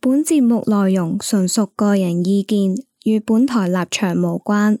本節目內容純屬個人意見，與本台立場無關。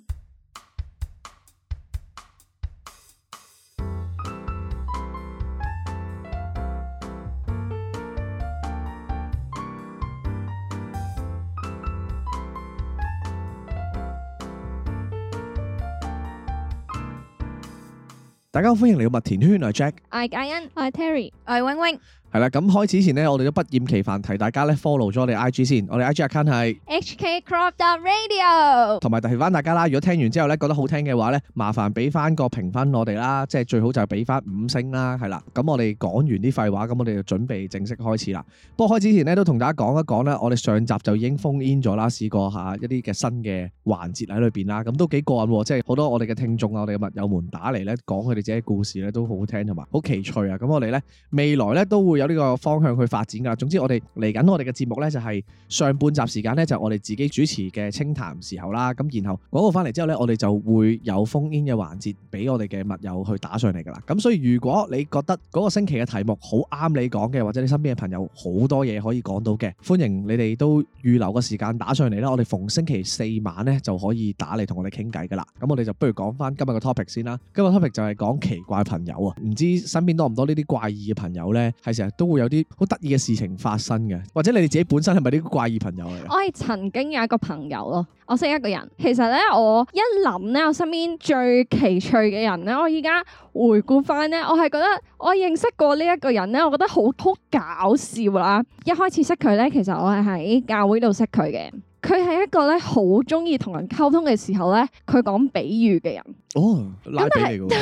大家好，歡迎嚟到麥田圈啊，Jack。我係嘉欣，我係 Terry，我係 wing wing 係啦，咁開始前呢，我哋都不厭其煩提大家咧 follow 咗我哋 IG 先，我哋 IG account 係， HK Crop Dot Radio，同埋提翻大家啦。如果聽完之後咧覺得好聽嘅話咧，麻煩俾翻個評分我哋啦，即係最好就係俾翻五星啦，係啦。咁我哋講完啲廢話，咁我哋就準備正式開始啦。不過開始前咧都同大家講一講啦，我哋上集就已經 phone in 咗啦，試過下一啲嘅新嘅環節喺裏邊啦，咁都幾過癮喎，即係好多我哋嘅聽眾啊，我哋嘅密友們打嚟咧講佢哋自己嘅故事咧都好好聽同埋好奇趣啊！咁我哋咧未來咧都會有呢個方向去發展噶啦。總之我哋嚟緊我哋嘅節目咧就係、上半集時間咧就我哋自己主持嘅清談時候啦，咁然後廣告翻嚟之後咧，我哋就會有封煙嘅環節俾我哋嘅密友去打上嚟噶啦。咁所以如果你覺得嗰個星期嘅題目好啱你講嘅，或者你身邊嘅朋友好多嘢可以講到嘅，歡迎你哋都預留個時間打上嚟啦。我哋逢星期四晚咧就可以打嚟同我哋傾偈噶啦。咁我哋就不如講翻今日嘅 topic 先啦。今日 topic 就係講奇怪朋友啊，唔知身邊多唔多呢啲怪異嘅朋友咧，係成日都會有啲好得意嘅事情發生嘅，或者你哋自己本身係咪呢啲怪異朋友嚟㗎？我係曾經有一個朋友咯，我識一個人。其實咧，我一諗咧，我身邊最奇趣嘅人咧，我依家回顧翻咧，我係覺得我認識過呢一個人咧，我覺得好好搞笑啦。一開始識佢咧，其實我係喺教會度識佢嘅。佢係一個咧好中意同人溝通嘅時候咧，佢講比 喻嘅人。哦，啊拉比嚟嘅喎，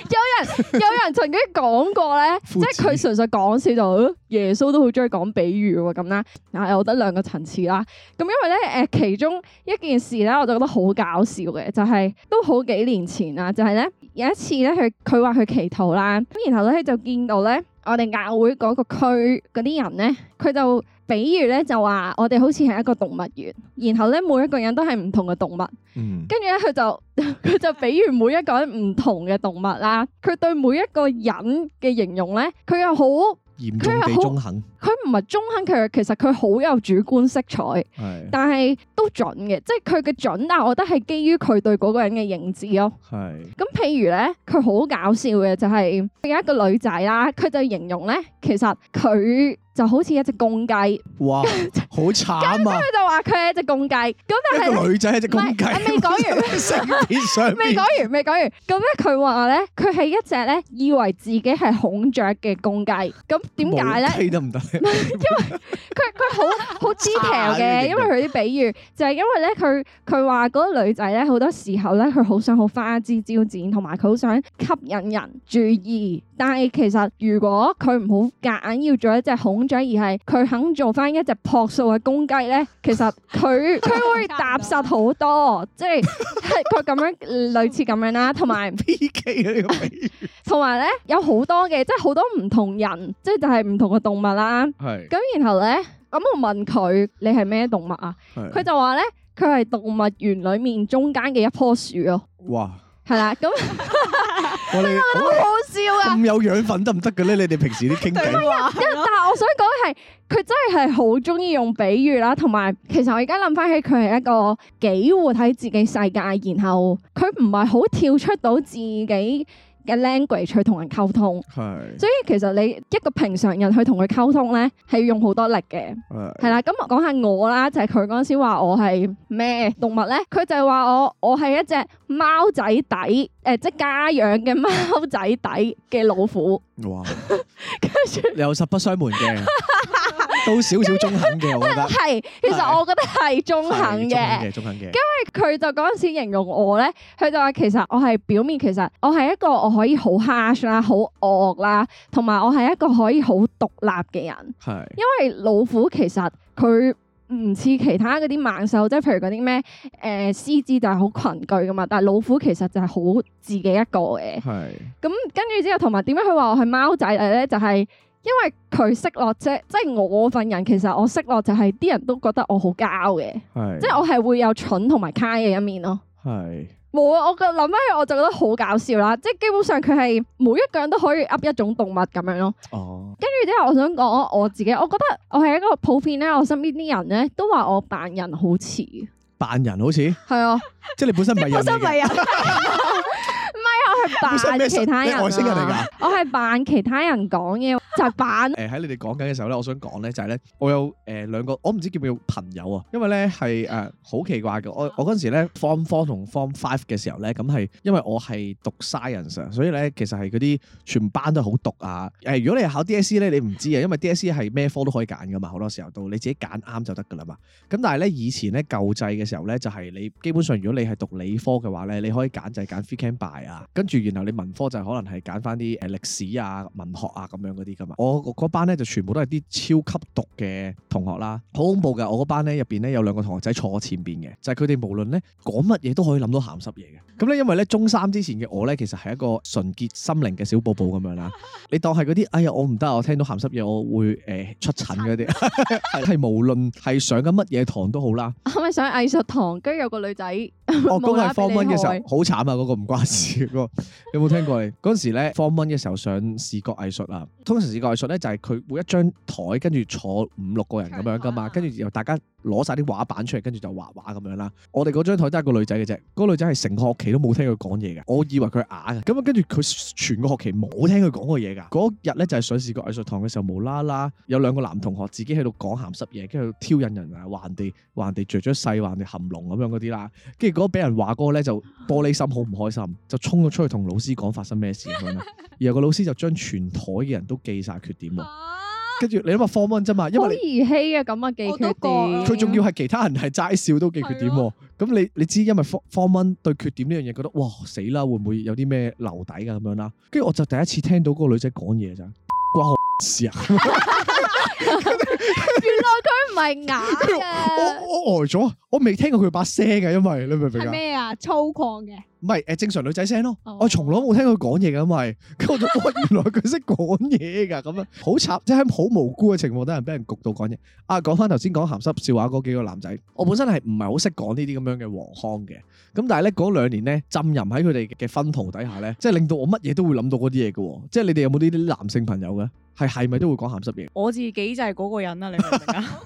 有人曾經講過咧，即膚淺係佢純粹講笑就呃耶穌都好中意講比喻喎咁啦。但係我覺得兩個層次啦。咁因為咧誒、呃其中一件事咧，我就覺得好搞笑嘅，就係、都好幾年前啦，就係、咧有一次咧，佢佢話佢祈禱啦，咁然後咧就見到咧我哋教會嗰個區嗰啲人咧，佢就。比喻咧就話我哋好似係一個動物園，然後咧每一個人都係唔同嘅動物，嗯，跟住咧，佢就 佢就比喻每一個人唔同嘅動物啦，佢對每一個人嘅形容咧，佢又好，嚴重地中肯，佢唔係中肯，佢其實佢好有主觀色彩，係但係都準嘅，即係佢嘅準，但係我覺得係基於佢對嗰個人嘅認知咯。係咁譬如咧，佢好搞笑嘅就係、有一個女仔啦，佢就形容咧，其實佢就好似一隻公雞，佢哇，好慘 啊！就話佢係一隻公雞，咁但係一呢個女仔係只公雞，唔係未講完 成片上未面講完，未講完。咁咧，佢話咧，佢係一隻咧，以為自己係孔雀嘅公雞。咁點解咧？冇雞得唔得？佢佢好好 detail 嘅，因為佢啲比喻就係因為咧，佢佢話嗰個女仔咧，好多時候咧，佢好想好花枝招展，同埋佢好想吸引人注意。但係其實如果佢唔好夾硬要做一隻孔雀，而係佢肯做翻一隻樸素嘅公雞咧，其實佢佢會踏實好多，即係佢咁樣類似咁樣啦，同埋。 P K 啊呢個比喻同埋咧有好多嘅，即係好多唔同人，即係就係唔同嘅動物啦。係咁然後咧，咁我問佢你係咩動物啊？佢係就話咧，佢係動物園裡面中間嘅一棵樹咯。哇！係啦， 咁我哋好好笑啊！咁有養分得唔得嘅咧？你哋平時啲傾偈話因為但係我想講係，佢真係係好中意用比喻啦，同埋其實我而家諗翻起佢係一個幾活喺自己世界，然後佢唔係好跳出到自己嘅 language 去同人溝通。係所以其實你一個平常人去同佢溝通咧，係要用好多力嘅，係係啦。咁我講下我啦，就係佢嗰陣時話我係咩動物咧？佢就係話我我係一隻貓仔底，誒、即係家養嘅貓仔底嘅老虎。哇，跟住又實不相瞞 嘅，都少少中肯嘅，我覺得係，其實係我覺得係中肯係中嘅。嘅，中肯嘅，佢就嗰陣時形容我咧，佢就話其實我係表面其實我係一個我可以好 harsh 啦，好惡啦，同埋我係一個可以好獨立嘅人。係因為老虎其實佢唔似其他嗰啲猛獸，即係譬如嗰啲咩誒獅子就係好群居噶嘛，但係老虎其實就係好自己一個係嘅。咁跟住之後，同埋點解佢話我係貓仔嚟咧？就係、因為佢識落啫，即係我份人其實我識落就係啲人都覺得我好膠嘅，係即係我係會有蠢同埋卡嘅一面咯。係冇啊！我個諗翻去我就覺得好搞笑啦，即係基本上佢係每一個人都可以噏一種動物咁樣咯。哦，跟住之後，我想講我自己，我覺得我係一個普遍咧，我身邊啲人咧都話我扮人好似，係扮人好似，啊，即係你本身唔係人本身嚟咪嘅，啊，哎我係本身咩扮神其他人啊咩外星人嚟㗎？我係扮其他人講嘢，就係扮 誒喺你哋講緊嘅時候咧，我想講咧就係咧，我有誒兩個，我唔知叫唔叫朋友啊，因為咧係誒好奇怪嘅。我我嗰陣時咧 form four 同 form five 嘅時候咧，咁係因為我係讀 science，啊所以咧其實係嗰啲全班都係好讀啊。誒，如果你係考 DSE 咧，你唔知啊，因為 DSE 係咩科都可以揀噶嘛，好多時候都你自己揀啱就得噶啦嘛。咁但係咧以前咧舊制嘅時候咧，就係、你基本上如果你係讀理科嘅話咧，你可以揀就係揀 f r e e c a n by 啊，跟住然後你文科就係可能係揀翻啲誒歷史啊、文學啊咁樣嗰啲噶嘛。我我嗰班咧就全部都係啲超級毒嘅同學啦，好恐怖㗎！我嗰班咧入邊咧有兩個同學仔坐我前邊嘅，就係佢哋無論咧講乜嘢都可以諗到鹹濕嘢嘅。咁咧因為咧中三之前嘅我咧其實係一個純潔心靈嘅小寶寶咁樣啦，你當係嗰啲哎呀我唔得啊，我聽到鹹濕嘢我會誒、呃出疹嗰啲， 係係無論係上緊乜嘢堂都好啦。係咪上藝術堂？跟住有個女仔， 哦，嗰無個啦係啦 form 俾 one 你嘅時候害好慘啊！嗰個唔關事嗰個， 有冇聽過你嗰陣時咧 form one 嘅時候上視覺藝術啊？通常視覺藝術咧就係佢每一張台跟住坐五六個人咁樣噶啊嘛，跟住然後大家攞晒啲畫板出嚟，跟住就畫畫咁樣啦。我哋嗰張台得一個女仔嘅啫，嗰個女仔係成個學期都冇聽佢講嘢嘅，我以為佢係啞嘅，咁啊跟住佢全個學期冇聽佢講過嘢㗎。嗰日咧就係上視覺藝術堂嘅時候，無啦啦有兩個男同學自己喺度講鹹濕嘢，跟住挑釁人啊，話人哋話人哋着咗細，話人哋含龍咁樣嗰啲啦。跟住嗰個俾人話嗰個咧就玻璃心，好唔開心，就衝咗出去同老師講發生咩事咁樣啦。然後個老師就將全台嘅人都記晒缺點喎。跟住你諗下 form one 啫嘛，因好為兒戲嘅咁嘅我記都缺覺啊你點，佢仲要係其他人係齋笑都記缺點喎。咁你你知因為 form form one 對缺點呢樣嘢覺得哇死啦，會唔會有啲咩留底㗎咁樣啦？跟住我就第一次聽到嗰個女仔講嘢咋，關我 事啊！原來佢唔係啞跟住嘅， 我我呆咗，我未聽過佢把聲嘅，因為你明唔明係啊？咩啊？粗犷嘅，唔係誒正常女仔聲咯，哦我從來冇聽佢講嘢嘅，因為 跟住我就哇原來佢識講嘢㗎咁樣，好慘，即係喺好無辜嘅情況底下俾人焗到講嘢。啊，講翻頭先講鹹濕笑話嗰幾個男仔，我本身係唔係好識講呢啲咁樣嘅黃腔嘅，咁但係咧嗰兩年咧浸淫喺佢哋嘅薰陶底下咧，即係令到我乜嘢都會諗到嗰啲嘢嘅喎，即係你哋有冇呢啲男性朋友嘅？係係咪都會講鹹濕嘢？我自己就係嗰個人啦，你明唔明啊？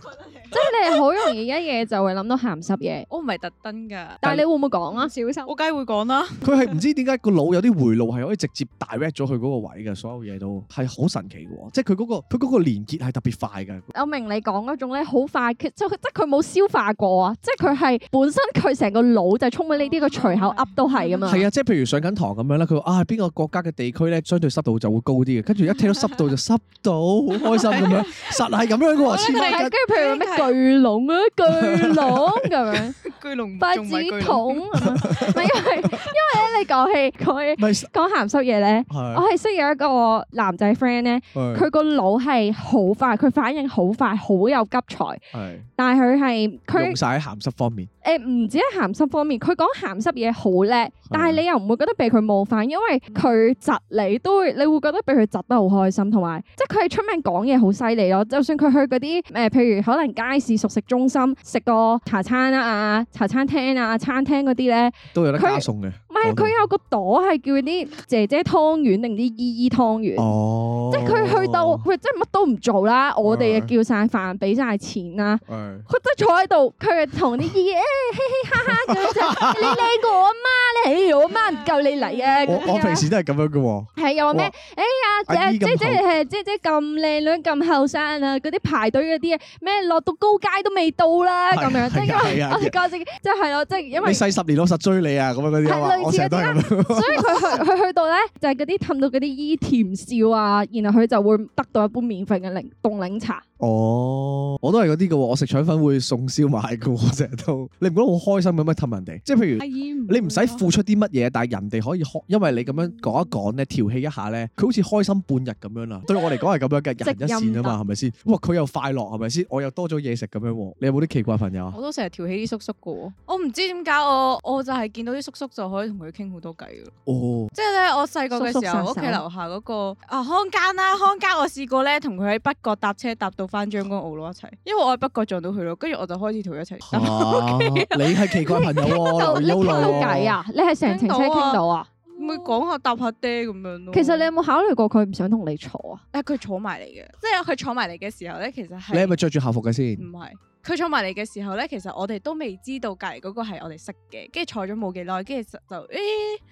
即係你好容易一嘢就會諗到鹹濕嘢，我唔係特登噶，但係你會唔會講啊小？心。我梗係會講啦。佢係唔知點解個腦有啲回路係可以直接 direct 咗佢嗰個位嘅，所有嘢都係好神奇嘅喎，即係佢嗰個佢嗰個連結係特別快嘅。我明你講嗰種咧，好快，即係即係佢冇消化過啊！即係佢係本身佢成個腦就充滿呢啲，佢隨口噏都係咁嘛。係啊，即係譬如上緊堂咁樣啦，佢話啊邊個國家嘅地區咧，相對濕度就會高啲嘅，跟住一聽到濕度就濕到，好開心咁 樣，實係咁樣嘅喎，千係蚊跟一住譬如咩巨龍啊、巨龍咁樣，巨龍筷仲唔係子巨龍，筒咁樣，唔係因為因為咧，你講起講起咪講鹹濕嘢咧，我係係識有一個男仔 friend 咧，係佢個腦係好快，佢反應好快，好有急才，係但係佢係佢用晒喺鹹濕方面，誒呃唔止喺鹹濕方面，佢講鹹濕嘢好叻，但係你又唔會覺得被佢冒犯，因為佢窒你都會，你會覺得被佢窒得好開心，同埋即係佢係出名講嘢好犀利咯。就算佢去嗰啲誒，譬如可能街市熟食中心食個茶餐啊、茶餐廳啊、餐廳嗰啲咧，都有得加佢餸嘅。唔係講到佢有個朵係叫啲姐姐湯圓定啲姨姨湯圓。哦，即係佢去到，佢真係乜都唔做啦，我哋又叫晒飯，俾晒錢啦，係佢真係坐喺度，佢係同 啲姨誒嘻嘻哈哈咁就，你靚過我媽，你我媽唔夠你嚟啊！咁我我平樣時都係咁樣嘅喎。係又話咩哇？哎阿呀，姨姐咁姐姐係姐姐咁靚女咁後生啊，嗰啲排隊嗰啲啊，咩落到高街都未到啦係咁樣，即係係啊因為係啊 我哋嗰陣時即係係咯，即係因為你。細十年我實追你啊，咁樣嗰啲啊嘛係類似我成日都係咁樣。 所以佢去佢去到咧，就係嗰啲氹到嗰啲姨甜笑啊，然後佢就會得到一杯免費嘅檸凍檸茶。哦，我都係嗰啲嘅喎，我食腸粉會送燒賣嘅喎， 我成日都。你唔覺得好開心咁樣氹人哋？即係譬如。啊阿姨唔會咯，你唔使付出啲乜嘢，但係人哋可以開，因為你咁樣講一講咧，調戲一下咧，佢好似開心半日咁樣啦。對我嚟講係咁樣嘅，人一線啊嘛，係咪先？哇，佢又快樂係咪先？我又多咗嘢食咁樣喎。你有冇啲奇怪朋友啊？我都成日調戲啲叔叔噶喎。我唔知點解我我就係見到啲叔叔就可以同佢傾好多偈咯。哦， 即係咧，我細個嘅時叔叔殺手候，屋企樓下嗰個啊康間啦，康間我試過咧同佢喺北角搭車搭到翻將軍澳咯一齊，因為我喺北角撞到佢咯，跟住我就開始同佢一齊嚇你係奇怪朋友 喎，你劉傾優到路偈喎，啊？你係成程車傾到啊？咪講下搭下爹咁樣咯。其實你有冇考慮過佢唔想同你坐啊？誒佢坐埋嚟嘅，即係佢坐埋嚟嘅時候咧，其實係嗯你係咪着住校服嘅先？唔係，佢坐埋嚟嘅時候咧，其實我哋都未知道隔離嗰個係我哋識嘅，跟住坐咗冇幾耐，跟住就就誒、咦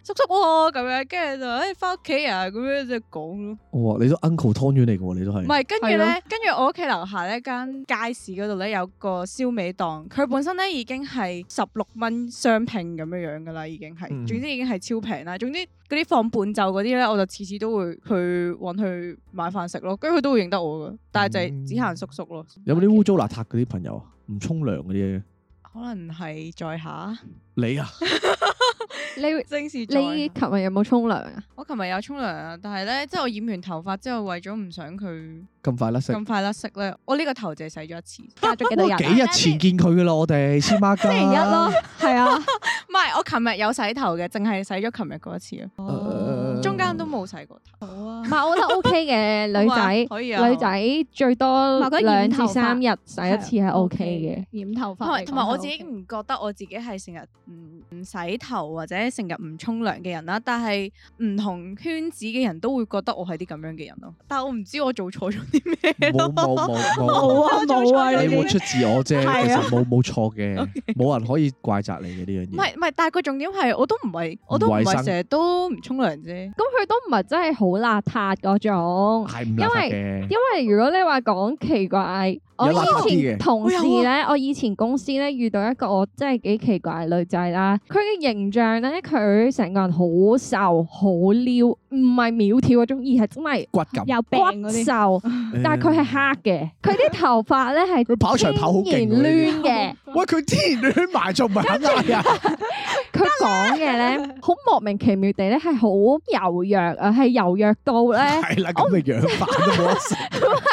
叔叔喎咁樣，跟住就誒翻屋企啊咁樣就講咯。哇！你都 uncle 湯圓嚟嘅喎，你都係唔。係，跟住係咧咯，跟住我屋企樓下呢間街市嗰度咧有個燒味檔，佢本身咧已經係十六蚊雙拼咁樣樣噶啦，已經係，嗯總之已經係超平啦。總之嗰啲放伴奏嗰啲咧，我就次次都會去揾佢買飯食咯，跟住佢都會認得我噶，但係就嗯係只限叔叔咯。有冇啲污糟邋遢嗰啲朋友啊？唔沖涼嗰啲？可能係在下你啊？你正是在你下琴日有冇沖涼啊？我琴日有沖涼啊，但係咧，即係我染完頭髮之後，為咗唔想佢咁快甩色咁？快甩色咧，我呢個頭淨係洗咗一次。隔咗幾多日啊？幾日前見佢嘅啦，我哋黐孖筋。星期一咯，係啊，唔係，我琴日有洗頭嘅，淨係洗咗琴日嗰一次咯。呃，中間都冇洗過頭。好啊唔，係我覺得 OK 嘅女 仔。可以啊，女仔最唔多係嗰啲啊兩染頭至髮三日洗一次係 OK 嘅。嘅，染頭髮同嚟埋講同埋係我自己 OK 唔覺得我自己係成日唔唔洗頭或者成日唔沖涼嘅人啦，但係唔同圈子嘅人都會覺得我係啲咁樣嘅人咯。但係我唔知我做錯咗啲咩冇冇冇咯。冇冇啊冇啊你你活出自我啫，係啊其實冇冇錯 嘅，冇人可以怪責你嘅呢樣唔嘢。係唔係，但係個重點係我都唔係，我都唔嗯唔衞生係成日都唔沖涼啫。咁佢都唔係真係好邋遢嗰種。係唔邋遢嘅，因為如果你話講奇怪，我有邋遢啲嘅以前同事咧，啊我以前公司咧遇到一個我真係幾奇怪嘅女仔啦，佢嘅形象咧，佢成個人好瘦好撩，唔係苗條嗰種，而係真係骨感。有病嗰骨啲，瘦，但係佢係黑嘅，佢啲頭髮咧係 佢跑長跑好勁喎啊天然攣嘅。喂，佢之前亂埋仲唔係肯嗌啊？佢講嘅咧，好莫名其妙地咧係好柔弱啊，係柔弱 到咧，係啦，咁嘅樣飯都冇得食，跟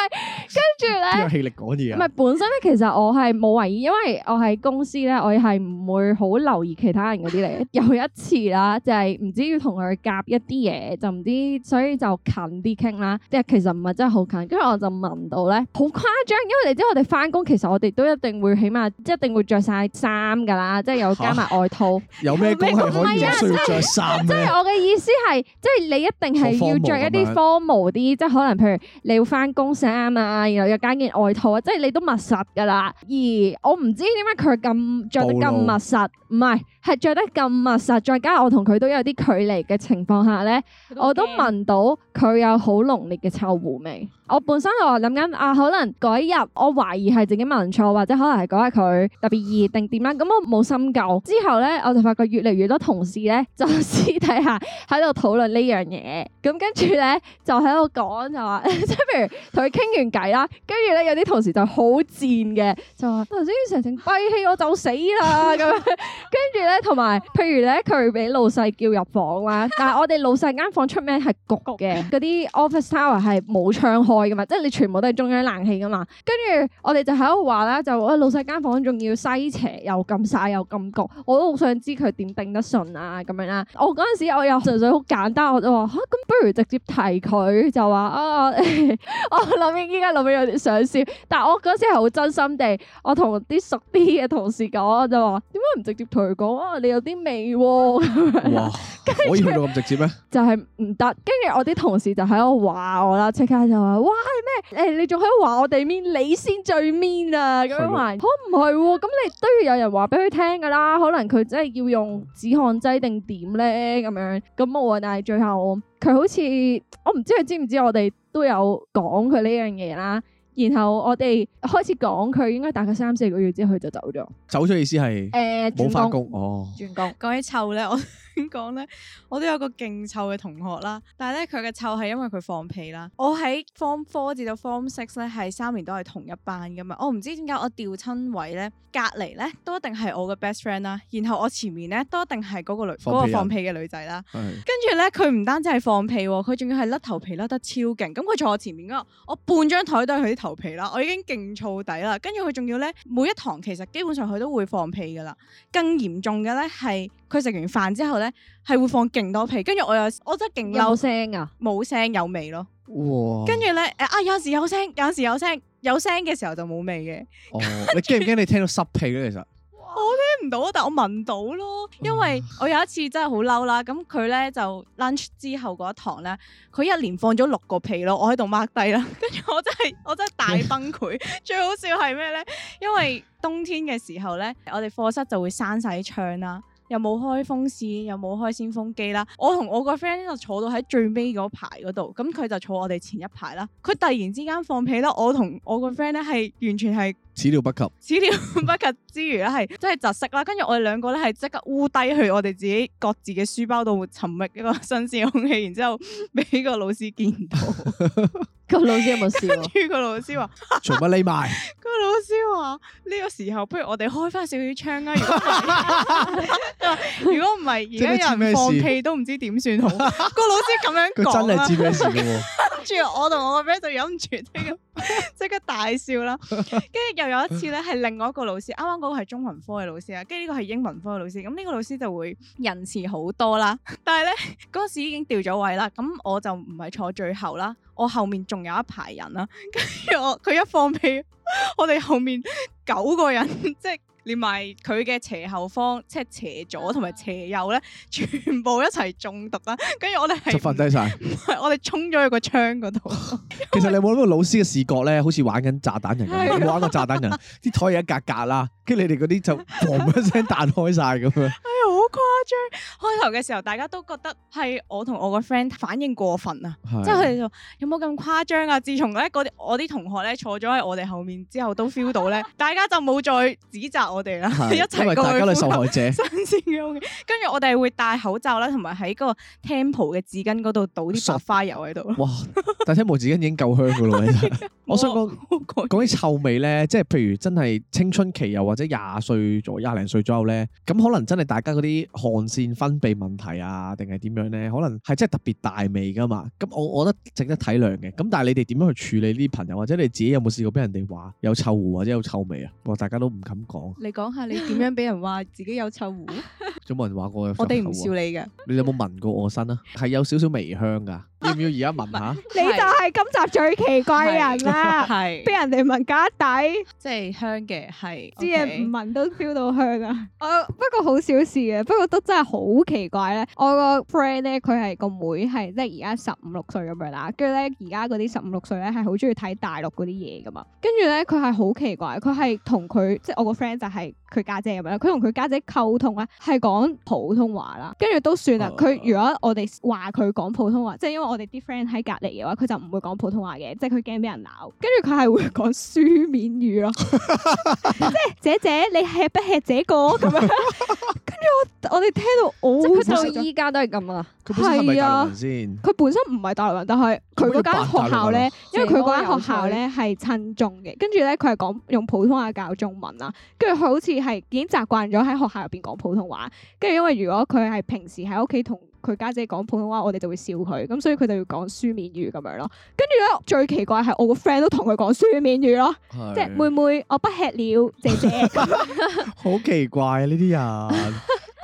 住邊咧有。氣力講嘢唔啊係？本身咧，其實我係冇為意，因為我喺公司咧，我係唔會好留意其他人嗰啲嚟 嘅。有一次啦，就係、唔知要同佢夾一啲嘢，就唔知，所以就近啲傾啦。即係其實唔係真係好近，跟住我就聞到咧，好誇張，因為你知我哋翻工，其實我哋都一定會起碼一定會着晒衫㗎啦，即係有加埋外套。有咩工係可以唔係唔啊需要着衫即咩係？我嘅意思係，即係你一定係要着一啲 formal 啲，即係可能譬如你要翻工衫啊，然後又加件外套啊，即係你都密實噶啦。而我唔知點解佢咁着得咁密實，唔係係着得咁密實，再加我同佢都有啲距離嘅情況下咧，我都問聞到佢有好濃烈嘅臭狐味。我本身我諗緊啊，可能嗰一日我懷疑係自己聞錯，或者可能係嗰日佢特別熱定點啦。咁我冇深究。之後咧，我就發覺越嚟越多同事咧就私底下喺度討論呢樣嘢。咁跟住咧就喺度講就話，即係譬如同佢傾完偈啦，跟住咧有啲同事就好賤嘅，就話頭先成成閉氣我就死啦咁樣。跟住咧，同埋譬如咧，佢俾老細叫入房啦，但係我哋老細間房出名係焗嘅，嗰啲 office tower 係冇窗開噶嘛，即係你全部都係中央冷氣噶嘛。跟住我哋就喺度話啦，就喂老細間房仲要西斜又咁晒又咁焗，我都好想知佢點頂得順啊咁樣啦。我嗰陣時我又純粹好簡單，我就話吓咁不如直接提佢就話啊，我諗依家諗起有啲想笑，但我嗰時係好真心地。我同啲熟啲嘅同事講，我就話點解唔直接同佢講啊？你有啲味喎、哇，可以去到咁直接咩？就係唔得。跟住我啲同事就喺度話我啦，即刻就話：哇咩？誒你仲喺度話我哋 mean，你先最 mean 啊！咁樣話，可唔係喎？咁你都要有人話俾佢聽㗎啦。可能佢真係要用止汗劑定點咧咁樣。咁我但係最後佢好似我唔知佢知唔知我哋都有講佢呢樣嘢啦。然後我哋開始講佢，應該大概三四個月之後佢就走咗。走咗意思係誒冇轉翻工哦。轉工，講起臭咧， 我想講咧，我都有個勁臭嘅同學啦，但係咧佢嘅臭係因為佢放屁啦。我喺 form four 至到 form six 咧係三年都係同一班噶嘛，我唔知點解我調親位咧，隔離咧都一定係我嘅 best friend 啦，然後我前面咧都一定係嗰個女放屁嗰個人放屁嘅女仔啦。係跟住咧，佢唔單止係放屁喎，佢仲要係甩頭皮甩得超勁。咁佢坐我前面嗰個，我半張台都係佢啲頭皮啦，我已經勁燥底啦。跟住佢仲要咧，每一堂其實基本上佢都會放屁噶啦。更嚴重嘅咧係佢食完飯之後咧係會放勁多屁，跟住我又我真係勁有嬲，聲啊！冇聲有味咯。哇，跟住咧誒啊有時有聲，有時有聲，有聲嘅時候就冇味嘅，哦，你驚唔驚？你聽到濕屁 咧？其實聽唔到啊，但我聞到咯。因為我有一次真係好嬲啦，咁佢咧就 lunch 之後嗰一堂咧，佢一連放咗六個屁咯，我喺度 mark 低啦， 跟住我真係我真係大崩潰。最好笑係咩咧？因為冬天嘅時候咧，我哋課室就會閂晒啲窗啦。又冇開風扇，又冇開先風機啦。我同我個 friend 就坐到喺最尾嗰排嗰度，咁佢就坐我哋前一排啦。佢突然之間放屁啦，我同我個 friend 咧係完全係始料不及。始料 不及之餘咧，係真係窒息啦。跟住我哋兩個咧係即刻烏低去我哋自己各自嘅書包度尋覓一個新鮮空氣，然之後俾個老師見 到，個老師有冇笑跟啊？住個老師話：做乜匿 埋？個老師話呢個時候不如我哋開翻少少窗啦。如果 唔係 如果唔係，而家有人放屁都唔知點算好。個老師咁樣佢真講啊啦係，知咩事嘅喎。跟住我同我個 friend 就忍唔住即刻 即刻大笑 啦。跟住又有一次咧，係另外一個老師，啱啱嗰個係中文科嘅老師啊，跟住呢個係英文科嘅老師。咁呢個老師就會仁慈好多啦， 但係咧嗰時已經調咗位啦，咁我就唔係坐最後啦，我後面仲有一排人啦。 跟住我佢一放屁， 我哋後面九個人 即係。連埋佢嘅斜後方，即係斜 左同埋斜右咧，全部一齊中毒啦！跟住我哋 係就瞓低晒。係我哋衝咗去個窗 嗰度，哎其實你有冇諗過老師嘅視覺咧，好似玩緊炸彈人係咁，啊你冇玩過炸彈 人，啲台有一格格啦，跟住你哋嗰啲就砰一聲彈開晒咁樣。好誇張。開頭嘅時候，大家都覺得係我同我個 friend 反應過分啊，即係佢哋就有冇咁誇張啊？自從咧嗰啲我啲同學咧坐咗喺我哋後面之後，都 feel 到咧，大家就冇再指責我哋啦，係 一因齊為過大去家都係呼受吸害者。 新鮮嘅空氣跟住我哋會戴口罩啦，同埋喺個 temple 嘅紙巾嗰度倒啲白花油喺度咯。哇！但係聽毛紙巾已經夠香噶咯，其 實。我想講好過講起臭味咧，即係譬如真係青春期又或者廿歲左廿零歲左右咧，咁可能真係大家嗰啲汗腺分泌問題啊，定係點樣咧？可能係真係特別大味噶嘛。咁我我覺得值得體諒嘅。咁但係你哋點樣去處理呢啲朋友，或者你自己有冇試過俾人哋話有臭狐或者有臭味啊？哇！大家都唔敢講，你講下你點樣俾人話自己有臭 狐？有冇人話過有我哋臭唔狐笑啊你嘅。你有冇聞過我身啊？係有少少微香噶，要唔要而家聞 下？你就係今集最奇怪嘅人啦， 係俾人哋聞家底，即係香嘅，係啲嘢唔聞都 feel 到香 啊！我不過好小事嘅，不過都真係好奇怪咧。我個 friend 咧，佢係個妹係即係而家十五六歲咁樣啦，跟住咧而家嗰啲十五六歲咧係好中意睇大陸嗰啲嘢噶嘛，跟住咧佢係好奇怪，佢係同佢即係我個 friend 就係佢家姐咁樣啦，佢同佢家姐溝通咧係講普通話啦，跟住都算啦哦。佢如果我哋話佢講普通話，即係因為我哋啲 friend 喺隔離嘅話，佢就唔會講普通話嘅，即係佢驚俾人鬧，跟住佢係會講書面語 咯。姐姐，你吃不吃這個咁樣？跟住我我哋聽到我 即係好佢實在到依家都係咁啊！佢本身係咪係大啊陸人先？佢本身唔係大陸人，但係佢嗰間學校咧，因為佢嗰間學校這咧係親中嘅，跟住咧佢係講用普通話教中文啦，跟住佢好似係已經習慣咗喺學校入邊講普通話，跟住因為如果佢係平時喺屋企同佢家姐講普通話，我哋就會笑佢，咁所以佢就要講書面語咁樣咯。跟住咧最奇怪係我個 friend 都同佢講書面語咯，啊即 係係妹妹我不吃了，姐 姐好奇怪呢啲人，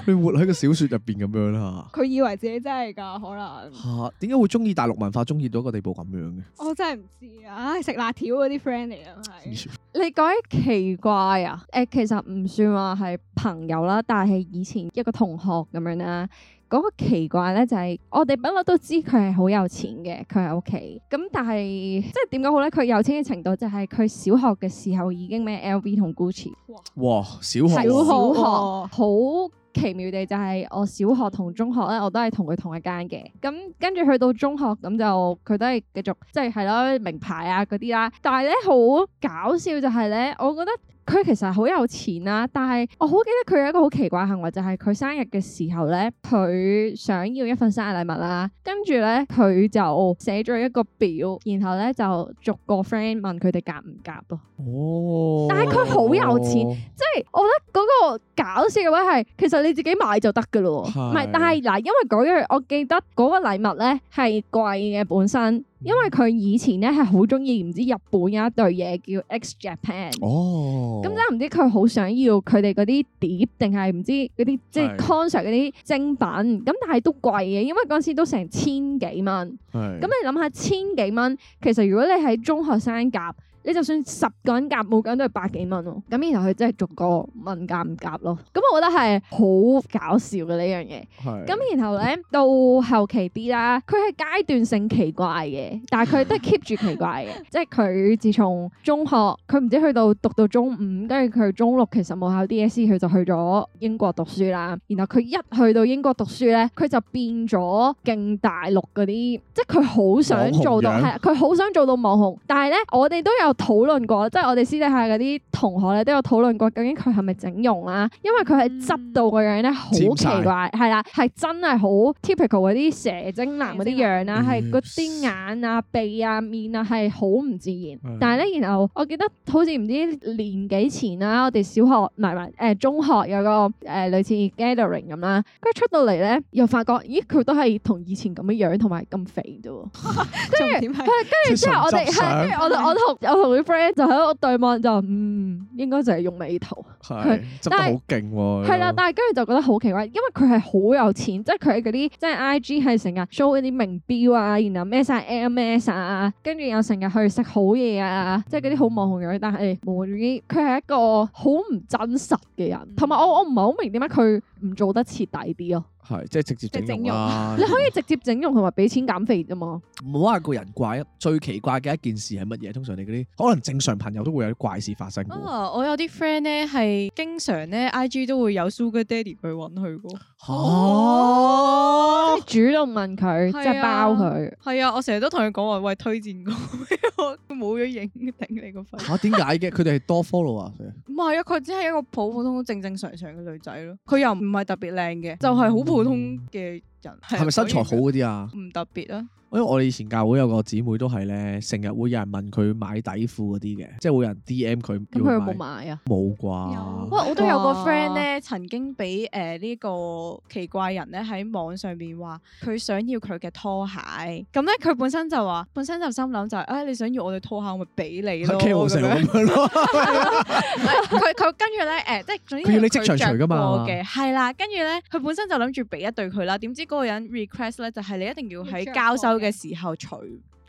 佢活喺個小説入邊咁樣啦。佢以為自己真係㗎， 可能。嚇！點解會中意大陸文化，中意到一個地步咁樣嘅？哦我真係唔知啊！唉，食辣條嗰啲 friend 嚟啊， 係你講起奇怪啊，誒、其實唔算話係朋友啦，但係以前一個同學咁樣啦。嗰個奇怪咧就係、我哋不嬲都知佢係好有錢嘅，佢喺屋企。咁但係即係點講好咧？佢有錢嘅程度就係佢小學嘅時候已經咩 LV 同 GUCCI。哇！小學啊係小學小學喎好奇妙地就係我小學同中學咧，我都係同佢同一間嘅。咁跟住去到中學咁就佢都係繼續即係係咯名牌啊嗰啲啦。但係咧好搞笑就係咧，我覺得。佢其實好有錢啦、但係我好記得佢有一個好奇怪嘅行為，就係、佢生日嘅時候咧，佢想要一份生日禮物啦，跟住咧佢就寫咗一個表，然後咧就逐個 friend 問佢哋夾唔夾咯。哦，但係佢好有錢，即係我覺得嗰個搞笑嘅位係，其實你自己買就得噶咯喎，唔係係，但係嗱，因為嗰樣我記得嗰個禮物咧係貴嘅本嗯身，因為佢以前咧係好中意唔知日本有一對嘢叫 X Japan。哦，咁真係唔知佢好想要佢哋嗰啲碟，定係唔知嗰啲即係係 concert 嗰啲精品，咁但係都貴嘅，因為嗰陣時都成千幾蚊。係咁你諗下千幾蚊，其實如果你喺中學生夾，你就算十個人夾，每個人都係百幾蚊喎。咁然後佢真係逐個問夾唔夾咯。咁我覺得係好搞笑嘅呢樣嘢。係咁然後咧到後期 B 啦，佢係階段性奇怪嘅，但係佢都係 keep 住奇怪嘅，即係佢自從中學，佢唔知去到讀到中五，跟住佢中六其實冇考 DSE，佢就去咗英國讀書啦。然後佢一去到英國讀書咧，佢就變咗勁大陸嗰啲，即係佢好想做到網紅樣係啊佢好想做到網紅，但係咧，我哋都有討論過，即係我哋私底下嗰啲同學咧都有討論過，究竟佢係咪整容啦、因為佢係執到個樣咧好尖奇嗯晒怪，係啦，係真係好 typical 嗰啲蛇精男嗰啲樣啦，蛇係精嗰男啲眼啊、鼻啊、面啊係好唔自然嗯。但係咧，然後我記得好似唔知年幾前啦，我哋小學唔係唔係誒中學有個誒、呃、類似 gathering 咁啦，跟住出到嚟咧又發覺，咦佢都係同以前咁樣樣，同埋咁肥啫喎。重點係跟住之後我哋即係純係跟執住我哋我同我同啲 friend 就喺度對望就嗯應該就係用美圖相佢係執得但係好勁喎，係啦，但係跟住就覺得好奇怪，因為佢係好有錢，即係佢嗰啲即係 I G 係成日 show 一啲名錶啊，然後孭晒 M S 啊，跟住又成日去食好嘢啊，即係嗰啲好網紅樣，但係無端端佢係一個好唔真實嘅嗯人，同埋我我唔係好明點解佢唔做得徹底啲咯，係即係直接整容啦你。可以直接整容同埋俾錢減肥啫嘛。 唔好話個人怪啊，最奇怪嘅一件事係乜嘢？通常你嗰啲可能正常朋友都會有啲怪事發生嘅喎。啊！我有啲 friend 咧係經常咧 IG 都會有 Sugar Daddy 去揾佢噶。哦，主動問佢，係啊即係包佢。係啊，我成日都同佢講話，喂，推薦我，我 冇咗影，頂你個肺！嚇點解嘅？佢哋係多 follow 啊，唔係啊，佢只係一個普普通通、正正常常嘅女仔咯。佢又唔係特別靚嘅，就係、好普通嘅人。係咪身材好所以嗰啲啊？就唔特別啊？因為我哋以前教會有個姊妹都係咧，成日會有人問佢買底褲嗰啲嘅，即係會有人 D M 佢咁要佢有買冇買啊？冇喂啩？， 我都有個哇 friend 咧，曾經俾誒呢個奇怪人咧喺網上面話佢想要佢嘅拖鞋，咁咧佢本身就話，本身就心諗就係、唉你想要我哋拖鞋，我咪俾你 咯。 K 好咁食喎樣咁樣咯，佢佢跟住咧誒，即係總之佢要你係即場着除㗎嘛過嘅係啦。跟住咧，佢本身就諗住俾一對佢啦，點知嗰個人 request 咧就係你一定要要喺着交收過嘅嘅時候除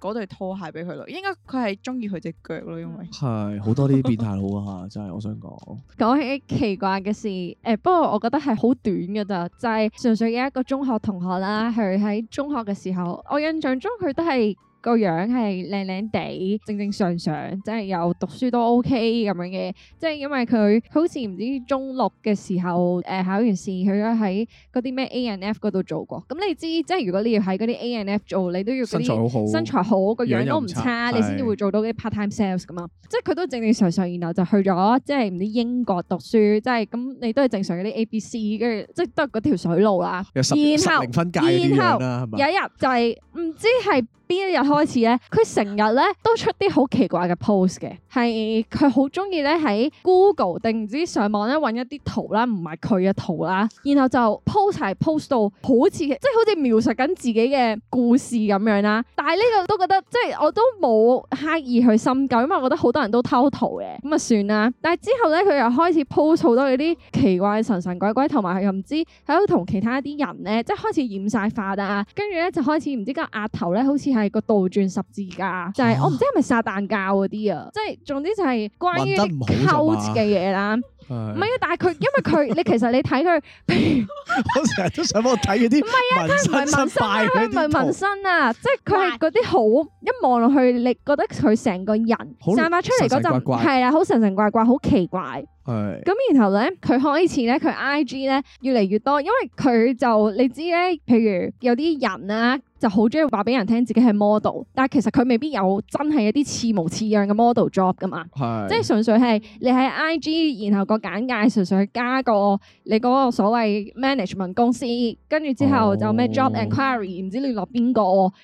嗰對拖鞋俾佢咯。應該佢係中意佢隻腳咯，因為 係好多呢啲變態佬啊！真係我想講，講起奇怪嘅事，誒、不過我覺得係好短嘅咋，就係、純粹有一個中學同學啦，佢喺中學嘅時候，哦我印象中佢都係個樣係靚靚地、正正常常，即係又讀書都 OK 咁樣嘅，即係因為佢好似唔知中六嘅時候，誒、考完試佢都喺嗰啲咩 A and F 嗰度做過，咁你知即係如果你要喺嗰啲 A and F 做，你都要嗰身啲材好好，身材好，個樣都唔差，樣又唔差你先至會做到嗰啲 part time sales 噶嘛。即係佢都正正常常，然後就去咗即係唔知英國讀書，即係咁你都係正常嗰啲 A B C，跟住即係都係嗰條水路啦。有十然後十零分界嗰啲樣啦，係咪有？一日就係、唔知係邊一日開始咧，佢成日咧都出啲好奇怪嘅 post 嘅，係佢好中意咧喺 Google 定唔知上網咧揾一啲圖啦，唔係佢嘅圖啦，然後就 post 係 post 到好似即係好似描述緊自己嘅故事咁樣啦。但係呢個都覺得即係我都冇刻意去深究，因為我覺得好多人都偷圖嘅，咁啊算啦。但係之後咧，佢又開始 post 好多嗰啲奇怪神神鬼鬼，同埋佢又唔知喺度同其他啲人咧，即係開始染晒髮啊，跟住咧就開始唔知個額頭咧，好似係個倒轉十字架，就係、我唔知係咪撒旦教嗰啲啊，即係總之就係關於混得唔啲好咋嘛 cult 嘅嘢啦。唔唔係啊，但係佢因為佢你其實你睇佢，譬如 我成日都想幫我睇嗰啲佢唔係紋紋身失身啦，敗佢嗰唔係紋啲圖，身啊，即係佢係嗰啲好一望落去，你覺得佢成個人好散發出嚟嗰神神怪陣怪係啦，好神神怪怪，好奇怪。係咁然後咧，佢開始咧，佢 I G 咧越嚟越多，因為佢就你知咧，譬如有啲人啊，就好中意話俾人聽自己係 model，但係其實佢未必有真係一啲似模似樣嘅 model job 噶嘛，係即係純粹係你喺 I G，然後個簡介純粹係加個你嗰個所謂 management 公司，跟住之後就咩哦 job enquiry，唔知你落邊個。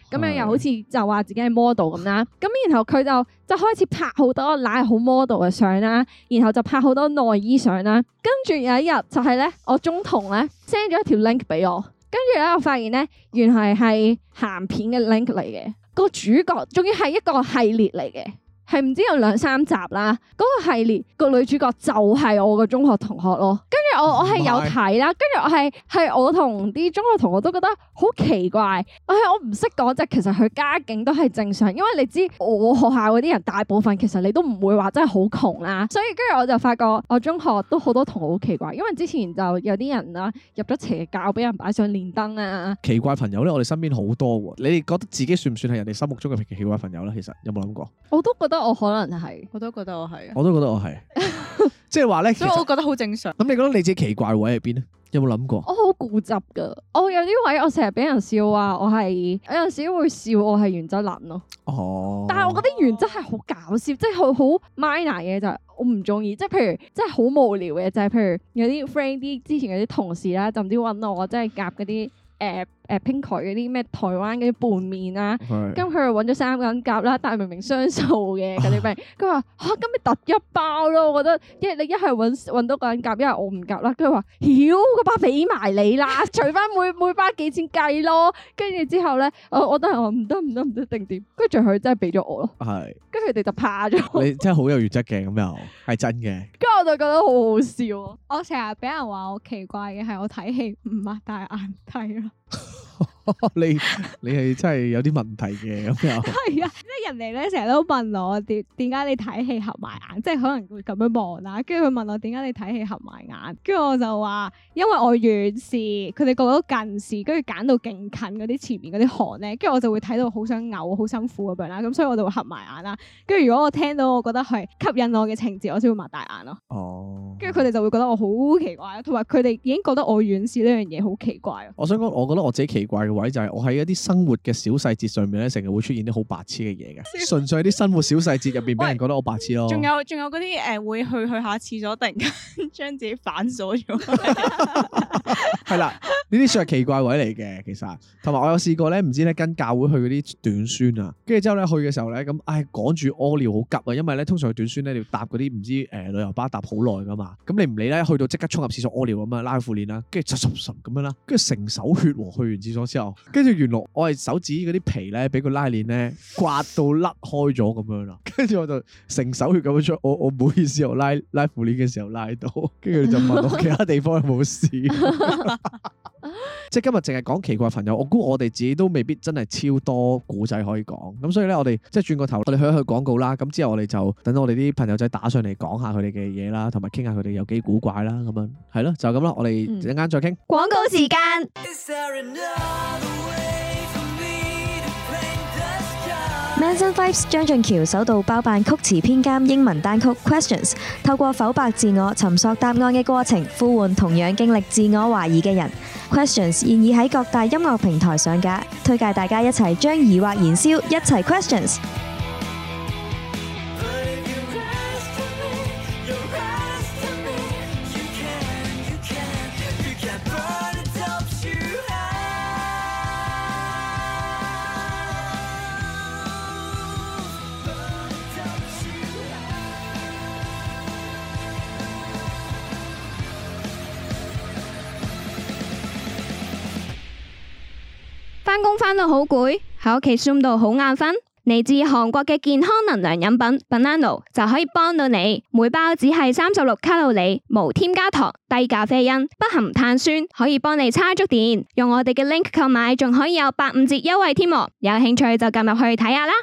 咁樣又好係似就話自己係 model 咁啦，咁然後佢就就開始拍好多奶好 model 嘅相啦，然後就拍好多內衣相啦，跟住有一日就係咧，我中童咧 send 咗一條 link 俾我，跟住咧我發現咧原來係鹹片嘅 link 嚟嘅，個主角仲要係一個系列嚟嘅。係唔知有兩三集啦，嗰、個系列個女主角就係我個中學同學咯，跟住住我我係有睇啦，跟住我係係我同啲中學同學都覺得好奇怪，我係我唔識講即係其實佢家境都係正常，因為你知我學校嗰啲人大部分其實你都唔會話真係好窮啦，所以跟住我就發覺我中學都好多同學好奇怪，因為之前就有啲人啦入咗邪教，俾人擺上連登啊，奇怪朋友咧，我哋身邊好多喎。你哋覺得自己算唔算係人哋心目中嘅奇怪朋友咧？其實有冇諗 過？我都覺得我可能係。我都覺得我係啊，我都覺得我係，即係話哦咧，其所以我實覺得好正常。咁你覺得你自己奇怪位喺邊咧？有冇諗過？我好固執噶，我有啲位我成日俾人笑話，我係有陣時會笑我係原則男咯。哦，但係我覺得原則係好搞笑，即係好好 minor 嘅就係我唔中意，即係譬如即係好無聊嘅就係、譬如有啲 friend 啲之前有啲同事啦，就唔知揾我，即係夾嗰啲誒誒拼台嗰啲咩台灣嗰啲拌面啊啦。係咁佢又揾咗三個人夾啦，但係明明雙數嘅嗰啲 friend，佢話嚇咁咪突一包咯，我覺得一你一係揾揾到個人夾，一係我唔夾啦。跟住話妖個包俾埋你啦， 除翻每每包幾錢計咯。跟住之後咧，我我都係話唔得唔得唔得定點，跟住佢真係俾咗我咯，係跟住佢哋就怕咗我，你真係好有原則嘅，咁又係真嘅。跟住我就覺得好好笑啊。我成日俾人話我奇怪嘅係我睇戲唔擘大眼睇咯，你你係真係有啲問題嘅，咁 又係啊，即係人哋咧成日都問我點點解你睇戲合埋眼，即係可能會咁樣望啦，跟住佢問我點解你睇戲合埋眼，跟住我就話因為我遠視，佢哋個個都近視，跟住揀到勁近嗰啲前面嗰啲行咧，跟住我就會睇到好想嘔、好辛苦咁樣啦，咁所以我就會合埋眼啦。跟住如果我聽到我覺得係吸引我嘅情節，我先會擘大眼咯。哦。跟住佢哋就會覺得我好奇怪啦，同埋佢哋已經覺得我遠視呢樣嘢好奇怪啊咯。我想講，我覺得我自己奇怪嘅位就係我喺一啲生活嘅小細節上面咧，成日會出現啲好白痴嘅嘢嘅，純粹係啲生活小細節入邊俾人覺得我白痴咯。仲有仲有嗰啲誒會去去下廁所，突然間將自己反鎖 咗。係啦，呢啲算係奇怪位嚟嘅，其實。同埋我有試過咧，唔知咧跟教會去嗰啲短宣啊，跟住之後咧去嘅時候咧，咁唉趕住屙尿好急啊，因為咧通常去短宣咧你要搭嗰啲唔知誒、呃旅遊巴搭好耐噶嘛，咁你唔理咧，去到即刻衝入廁所屙尿咁啊，拉開褲鏈啦，跟住濕濕濕咁樣啦，跟住成手血喎，去完廁所之後，跟住原來我係手指嗰啲皮咧俾個拉鏈咧刮到甩開咗咁樣啦， 跟住我就成手血咁樣出，我我唔好意思，我拉拉褲鏈嘅時候拉到，跟住你就問我其他地方有冇事。即係今日淨係講奇怪朋友，我估我哋自己都未必真係超多古仔可以講，咁所以呢，我哋即係轉個頭，我哋去一去廣告啦，咁之後我哋就等我哋啲朋友仔打上嚟講下佢哋嘅嘢啦，同埋傾下佢哋有幾古怪啦，咁樣係咯，就咁啦，我哋陣間再傾。廣告時間， Manson Vibes 張俊橋首度包辦曲詞編監英文單曲 Questions，透過剖白自我、尋索答案嘅過程，呼喚同樣經歷自我懷疑嘅人。Questions 現已喺各大音樂平台上架，推介大家一齊將疑惑燃燒，一齊 Questions。返工返到好攰，喺屋企 Zoom 到好眼瞓。嚟自韓國嘅健康能量飲品 Banano 就可以幫到你，每包只係三十六卡路里，無添加糖，低咖啡因，不含碳酸，可以幫你叉足電。用我哋嘅 link 購買，仲可以有八五折優惠添喎。有興趣就撳入去睇下啦。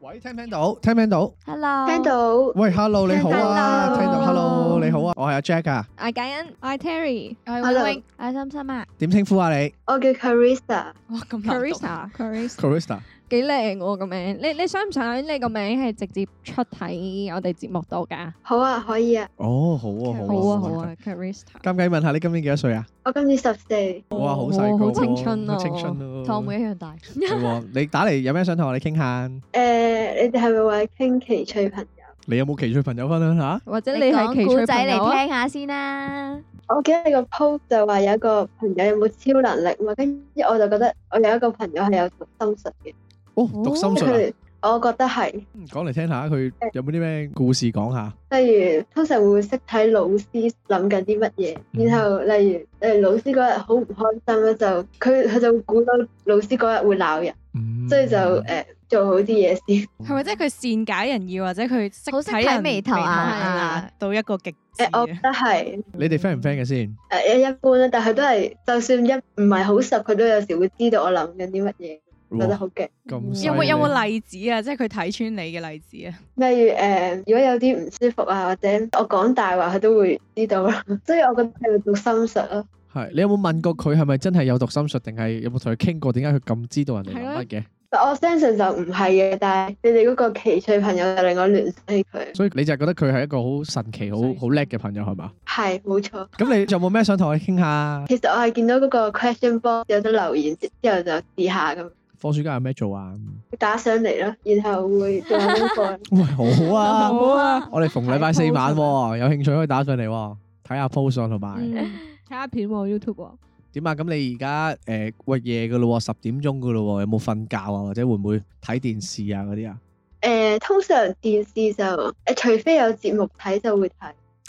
喂，聽唔聽到？聽唔聽到？ Hello，聽到喂，Hello 你好啊，聽到聽到，Hello 你好啊，我係阿 Jack 啊，阿嘉欣，我係 Terry，我係 Hello 我係心心啊點稱呼啊你我叫 Carissa，哇咁難讀 Carissa Chris， ？Carista，幾靚喎個名，你你想唔想你個名係直接出喺我哋節目度㗎？好啊，可以啊，哦，好啊，好啊，好啊好啊，Carissa。咁計問下你今年幾多歲啊？我今年十四，哇，好細個好喎，青春啊！好青啊春咯，同我妹一樣大。係喎你打嚟有咩想同我哋傾下？誒，你哋係咪話傾奇趣朋友？你有冇奇趣朋友分享下？或者你係奇講趣古朋仔友嚟啊？聽下先啦。我記得你個 post 就話有一個朋友有冇超啊能力嘛，跟住我就覺得我有一個朋友係有讀心術嘅，哦，讀心即係術啊！嗯佢我覺得係，講嚟聽下，佢有冇啲咩故事講下？例如通常會識睇老師諗緊啲乜嘢，嗯然後例如誒老師嗰日好唔開心咧，就佢佢就會估到老師嗰日會鬧人，嗯嗯所以就誒、做好啲嘢 先。係咪即係佢善解人意，或者佢識好識睇睇人眉頭眼啊眼到一個極致誒、我嘅覺？得係你哋 friend 唔 friend 嘅先？誒一一般啦，但係佢都係就算一唔係好熟，佢都有時會知道我諗緊啲乜嘢，覺得哇好勁。咁犀利有冇有冇例子啊？即係佢睇穿你嘅例子啊？例如誒、呃如果有啲唔舒服啊，或者我講大話，佢都會知道咯。 所以我覺得佢要讀心術咯。係你有冇問過佢係咪真係有讀心術，定係有冇同佢傾過點解佢咁知道人哋諗乜嘅？但我相信就唔係嘅，但係你哋嗰個奇趣朋友就令我聯想起佢，所以你就係覺得佢係一個好神奇、好好叻嘅朋友係嘛？係冇錯。咁你仲有冇咩想同佢傾下？其實我係見到嗰個 question box 有得留言之之後就試下咁放暑假有咩做啊？打上嚟咯，然後會做下功課。喂， 好啊！啊，我哋逢禮拜四晚喎，有興趣可以打上嚟喎，睇下 post 啊上同埋睇下片喎 YouTube 喎。點啊？咁你而家誒喂夜嘅咯喎，十點鐘嘅咯喎，有冇瞓覺啊？或者會唔會睇電視啊嗰啲啊？誒、呃通常電視就誒、除非有節目睇就會睇。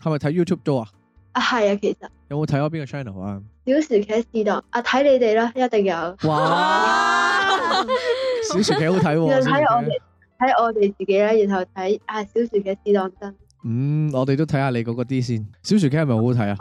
係咪睇 YouTube 多啊？啊，係啊，其實有冇睇開邊個 channel 啊？小薯茄試當啊，睇你哋啦，一定有哇！小薯茄好睇有喎，睇小薯茄我哋睇我哋自己啦，然後睇啊小薯茄試當真。嗯，我哋都睇下你嗰個啲先。小薯茄係咪好好睇啊？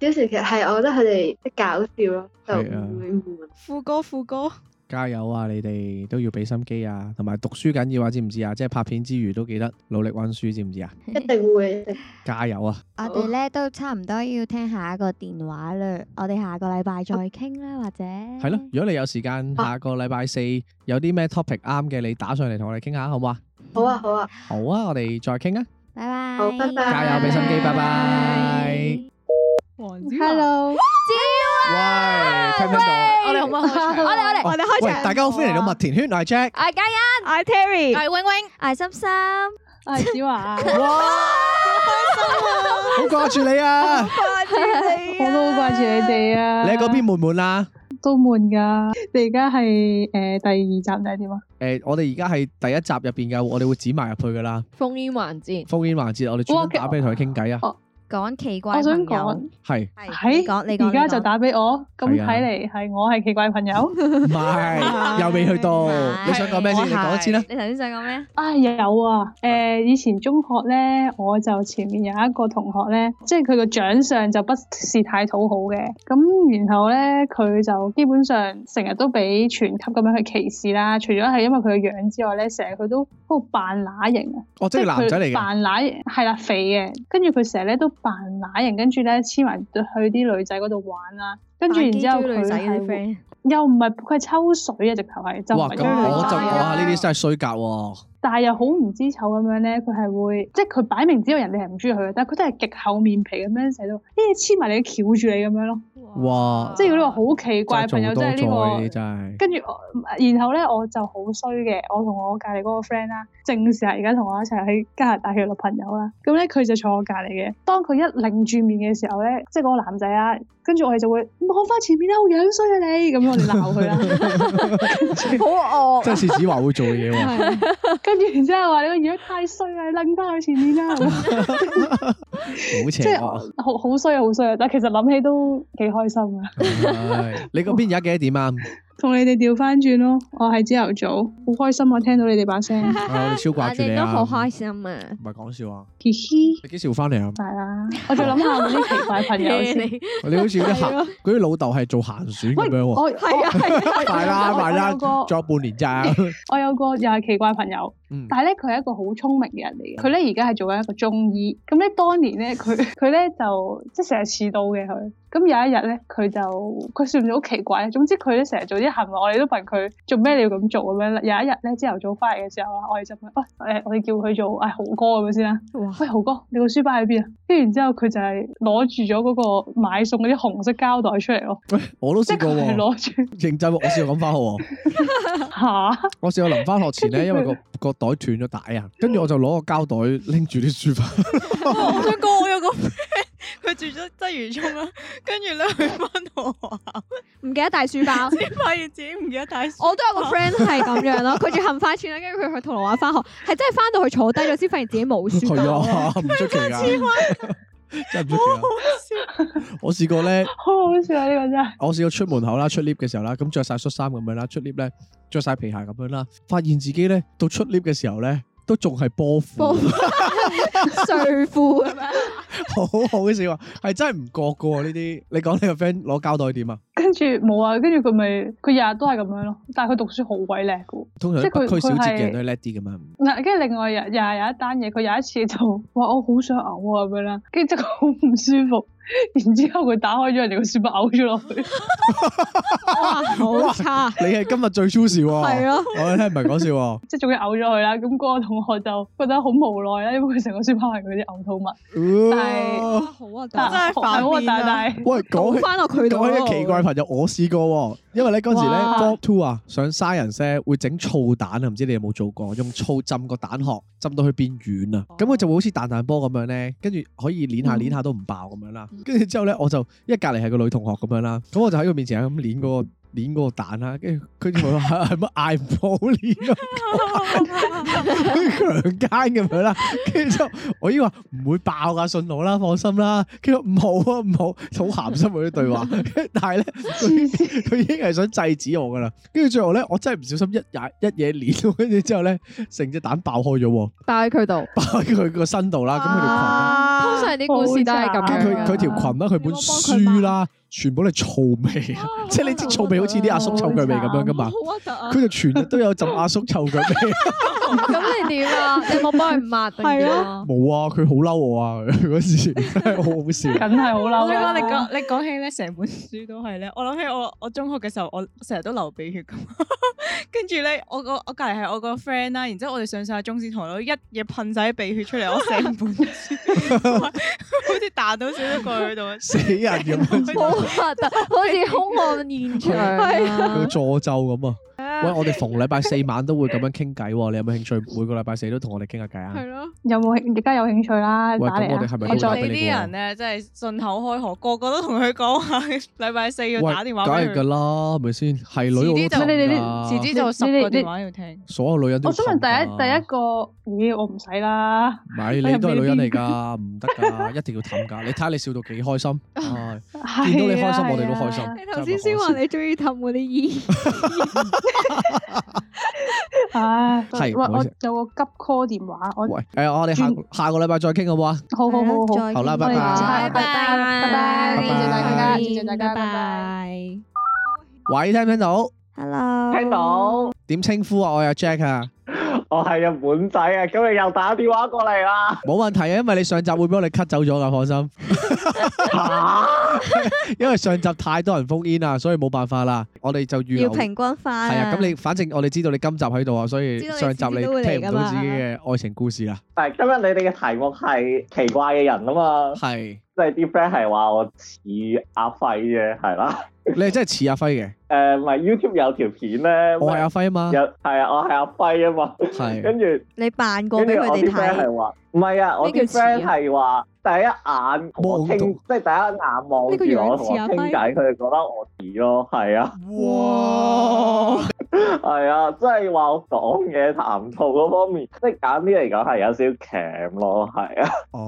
小薯茄係我覺得佢哋識搞笑咯，就係啊唔會悶。副歌副歌，加油啊！你哋都要俾心機啊，同埋讀書緊要啊，知唔知啊？即係拍片之餘都記得努力温書，知唔知啊？一定會加油啊！我哋咧都差唔多要聽下一個電話啦，我哋下個禮拜再傾啦，或者係係咯，如果你有時間，啊下個禮拜四有啲咩 topic 啱嘅，你打上嚟同我哋傾下，好唔好啊？好啊好啊，好啊，我哋再傾啊！拜嗯拜，好拜拜加油，俾心機，拜拜。黃子華 Hello，喂，聽唔聽到？我哋可唔可以開啊我場？哋我我哋，哋開喂場，大家好，歡迎嚟到麥田圈，我係 Jack。啊嘉欣，我係 Terry，係 wing wing，艾心心，我哎係子華。哇，好掛住你啊！我都好掛住你哋啊！你喺嗰邊悶唔悶啊？都悶噶，你而家係誒第二集定係點啊？誒，我哋而家係第一集入邊嘅，我哋會剪埋入去噶啦。烽煙環戰，烽煙環節，我哋專登打俾你同佢傾偈啊。講奇怪我朋想講友，，係，係你講，你喺講，而家你就講打俾我，咁係啊睇嚟係我係奇怪 朋友。唔係，又未去到。係你想講咩先？我係你講一次啦。你頭先想講咩？啊有啊，誒、以前中學咧，我就前面有一個同學咧，即係佢個長相就不是太討好嘅，咁然後咧佢就基本上成日都俾全級咁樣去歧視啦，除咗係因為佢嘅樣之外咧，成日佢都喺度扮乸型啊，哦，即係男仔嚟佢嘅。扮乸型係啦，肥嘅，跟住佢成日咧都扮乸型，跟住咧黐埋去啲女仔嗰度玩啦，跟住然之扮後基追佢女仔嗰係啲 friend，又唔係佢係抽水啊，直頭係就唔哇，係咁追女我仔就啊哇呢啲真係衰格喎。但係又好唔知醜咁樣咧，佢係會即係佢擺明知道人哋係唔中意佢嘅，但係佢都係極厚面皮咁樣寫到，咦黐埋你翹住你咁樣咯，哇，即係如果你話好奇怪真朋係友做真多係呢、咗啊呢啲個。真係。跟住我，然後咧我就好衰嘅，我同我隔離嗰個 friend 啦，正是係而家同我一齊喺加拿大嘅女朋友啦。咁咧佢就坐我隔離嘅，當佢一擰住面嘅時候咧，即係嗰個男仔啊，跟住我哋就會望翻前面啦，好樣衰啊你，咁樣我哋鬧佢啦。 真好惡，係獅子華會做嘅嘢喎。跟住然之後話你個樣太衰啦，你擰翻去前面啦。咁好即邪係惡。好好衰啊，好衰啊！但係其實諗起都幾開心啊，唉你嗰邊而家幾多 點啊？同你哋調翻轉咯。我係朝頭早，好開心啊！聽到你哋把聲，係我哋超我掛住哋你都啊！好開心啊！唔係講笑啊！嘻嘻，你幾時會翻嚟啊？係啦。我再諗下我啲奇怪啊 朋友先。你好似啲鹹，嗰啲老豆係做鹹選咁樣喎。我係啊 係快啦快啦，我仲有半年 咋？我有個又係奇怪朋友，嗯但係咧佢係一個好聰明嘅人嚟嘅。佢咧而家係做緊一個中醫，咁咧當年咧佢佢咧就即係成日遲到嘅佢。咁有一日咧佢就佢算唔算好奇怪咧？總之佢咧成日做啲行為，我哋都問佢做咩你要咁做咁樣啦。有一日咧朝頭早哦翻嚟嘅時候啊，我哋就問喂誒、我哋叫佢做誒、哎、豪哥咁樣先啦。喂豪哥，你個書包喺邊啊？跟住然之後佢就係攞住咗嗰個買餸嗰啲紅色膠袋出嚟咯，喂，我都即試係過佢喎，係攞住 認真喎，我試過咁翻學喎。嚇。我試過臨翻學前 咧，因為跟住個個袋斷咗帶啊，跟住我就攞個膠袋拎住啲書翻。哇哦我想講，我有個 friend，佢 住咗鰂魚涌啦，跟住咧佢翻到學校，唔記得帶書 包。先發現自己唔記得帶書。我都有個 friend 係咁樣咯，佢住杏花村啦，跟住佢去銅鑼灣翻學，係真係翻到去坐低咗先發現自己冇書係 包。啊，唔出奇噶， 真係唔出奇啊！我試過咧，好好笑啊！呢、個真係我試過出門口啦，出 lift 嘅時候啦，咁着晒恤衫咁樣啦，出 lift 咧着晒皮鞋咁樣啦，發現自己咧到出 lift 嘅時候咧都仲係波波褲，睡褲咁樣， 好好笑啊！係真係唔覺噶喎呢啲。你講你個 friend 攞膠袋點啊？ 跟住冇啊，跟住佢咪佢日日都係咁樣咯，但係佢讀書好鬼叻嘅喎。通常即係啲佢北區小節嘅人佢係都係叻啲噶嘛。嗱，跟住另外又又係有一單嘢，佢有一次就 話我好想嘔啊咁樣啦，跟住即係佢好唔舒服， 然之後佢打開咗人哋個書包嘔咗落去， 啊哇，好差，你係今日最 juicy 喎，係咯，我聽唔係講笑喎。即係終於嘔咗佢啦。咁嗰個同學就覺得好無奈啦，因為佢成個書包係佢啲 嘔吐物。哇但好核突但真係反面啊係但但喂，講起倒翻落佢度講咯。起奇怪朋友，我試過喎，因為咧嗰陣時咧哇 Form Two 啊，上 Science 咧會整醋蛋啊，唔知你有冇做過？用醋浸個蛋殼，浸到佢變軟啊，咁佢就會好似彈彈波咁樣咧，跟住可以攣下攣下都唔爆咁樣啦。跟住之後咧，我就因為隔離係個女同學咁樣啦，咁我就喺佢面前係咁攣嗰個攣嗰個蛋啦，跟住佢就話 係乜嗌唔好攣啊，強姦咁樣啦。跟住之後，我已經話唔會爆噶，信我啦，放心啦。跟住唔好啊，唔好，好鹹濕嗰啲對話。 但係咧，佢佢已經係想制止我噶啦。跟住最後咧，我真係唔小心一踩一嘢攣到，跟住之後咧，成隻蛋爆開咗喎，爆喺佢度。爆喺佢個身度啦，咁佢條裙啦。啊通常啲故事都係咁啊跟住佢樣佢條裙啦，佢本書啦，全部都係醋味 啊！即係你知醋味好似啲阿叔臭腳味咁樣噶嘛，好核突啊！佢就全日都有浸阿叔臭腳味。咁你點啊？你有冇幫佢抹定係點咯啊？冇啊，佢好嬲我啊！ 佢嗰時真係好好笑。梗係好嬲我想講你啦。講你講起咧，成本書都係咧。我諗起我我中學嘅時候，我成日都流鼻血咁。 跟住咧，我個我隔離係我個 friend 啦，然之後我哋上晒中史堂咯，一嘢噴晒啲鼻血出嚟，我成本書同埋 好似彈到少少過去度。死人咁 好樣，核突，好似兇案現場啊佢！助咒咁啊！喂，我哋逢禮拜四晚都會咁樣傾偈喎，你有冇興趣？每個禮拜四都同我哋傾下偈啊！係咯，有冇興而家有興趣啦？喂打咁嚟我哋係啊！咪我都打再俾你啲人咧，真係信口開河，個個都同佢講 話禮拜四要喂，打電話梗俾係㗎佢。啦，係咪先？係女遲我啲都就氹遲㗎啲就十你個你電話要聽。所有女人都我想問第一氹㗎第一個，咦？我唔使啦，唔係，你都係女人嚟㗎，唔得㗎，一 定要氹㗎。你睇下你笑到幾開心，唉見到你開心，我哋都開心係啊。你頭先先話你中意氹嗰啲衣，唉，係唔喂，好意我思有個急 call 電話，我喂，誒，我哋下個下個禮拜再傾好唔好啊？好好好好。好啦，拜我哋拜啊下。拜拜拜謝大家謝謝大家拜拜拜。喂，聽唔聽到？ Hello，聽到，點稱呼啊？我係 Jack 啊。，我係日本仔啊，咁你又打電話過嚟啦冇問題啊，因為你上集會俾我哋 cut 走咗噶，放心。嚇 因為上集太多人封煙啦，所以冇辦法啦，我哋就預留要。平均化係啊，咁你反正我哋知道你今集喺度啊，所以知道你上集你遲啲都會聽唔嚟㗎到嘛自己嘅愛情故事啦。但係今日你哋嘅題目係奇怪嘅人啊嘛，係，即係啲 friend 係話我似阿輝嘅，係啦， 你係真係似阿輝嘅，誒咪 YouTube 有條片咧，我係阿咪輝啊嘛有，係啊，我係阿輝啊 嘛，係跟住。你扮過跟住俾佢我哋啲 friend 睇，係話，唔係啊，我咩啲叫似啊 friend 係話第一眼我望到傾，即係第一眼望呢個住我樣同似我阿傾偈，佢哋覺得我似咯，係 啊，哇，係啊，即係話我講嘢談吐嗰方面，即係簡啲嚟講係有少少 cam 咯，係啊，哦，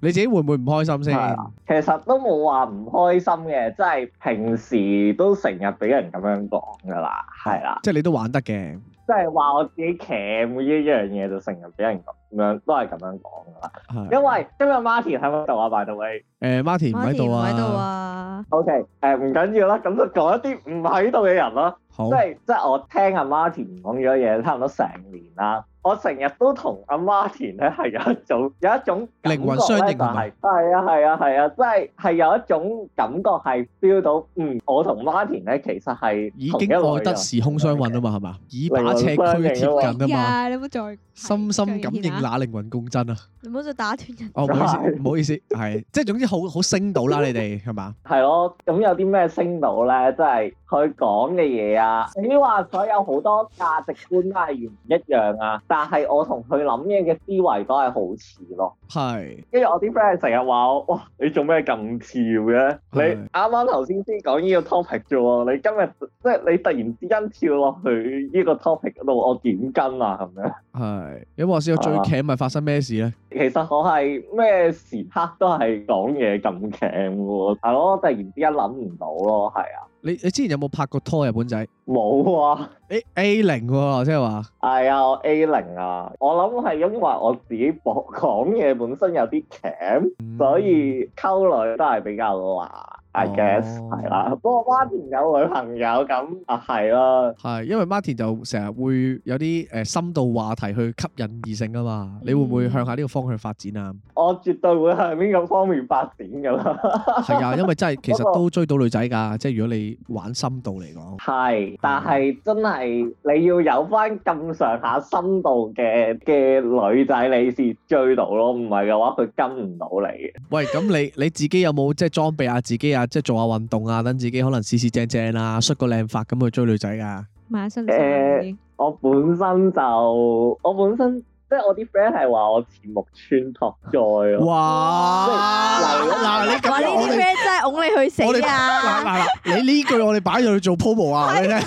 你自己會唔會唔開心先？係啊，其實都冇話唔開心嘅，即係平時都成日俾人咁樣講噶啦，係啦，即係你都玩得嘅，即係話我自己 cam 呢一樣嘢就成日俾人咁樣，都係咁樣講噶啦，因係。為今日 Martin 喺唔喺度啊？By the way。誒，Martin 唔喺度 Martin 唔喺度啊，啊， O K，誒唔緊要啦，咁就講一啲唔喺度嘅人啦，好即，係即係我聽阿 Martin 講咗嘢差唔多成年啦，我成日都同阿 Martin 咧係有一種有一種感覺靈魂相咧應就係咪係係啊係啊係啊，即係係有一種感覺係 feel 到，嗯，我同 Martin 咧其實係已同一經類愛得人時空相運啊嘛，係嘛？以把尺靈驅魂相應貼啊近啊嘛，呀，你唔好再深深感應啦。那靈魂共振啊！你唔好再打斷人。哦，唔好意思，唔好意思，係即係總之好好升到啦，你 哋係嘛？係咯，咁有啲咩升到咧？即係佢講嘅嘢啊，你話佢有好多價值觀都係唔一樣啊，但係我同佢諗嘢嘅思維都係好似咯。係跟住我啲 friend 成日話我，哇！你做咩咁跳嘅？你係啱啱頭先先講呢個 topic 啫喎，你今日即係你突然之間跳落去呢個 topic 嗰度，我點跟啊咁樣？ 係，因為我試過最啊劇咪發生咩事咧？其實我係咩時刻都係講嘢咁強喎，係咯，我突然之間諗唔到咯，係啊，你你之前有冇拍過拖日本仔？冇啊。 A A 零喎，即係話係啊，我 A 零啊，我諗係因為我自己講 講嘢本身有啲鉗，所以溝女都係比較難，I 哦 guess 係啦。不過 Martin 有女朋友咁啊，係啦，係，因為 Martin 就成日會有啲誒深度話題去吸引異性啊嘛，嗯你會唔會向下呢個方向發展啊？我絕對會向呢個方面發展㗎啦。 係啊，因為真係其不過實都追到女仔㗎，即係如果你玩深度嚟講，係，但係真係你要有翻咁上下深度嘅嘅女仔，你先追到咯。唔係嘅話，佢跟唔到你嘅。喂，咁你你自己有冇即係裝備下自己啊？即係做下運動啊，等自己可能四四正正啊，梳個靚髮咁去追女仔㗎。買新衫嗰啲我本身就我本身即係我啲 friend 係話我似木村拓哉咯，哇！即係啊嗱，你咁哇！呢講啲我哋 friend 真係㧬你去我哋死嗱啊！嗱嗱，你呢句我哋擺咗去做 promo 啊！你聽，哎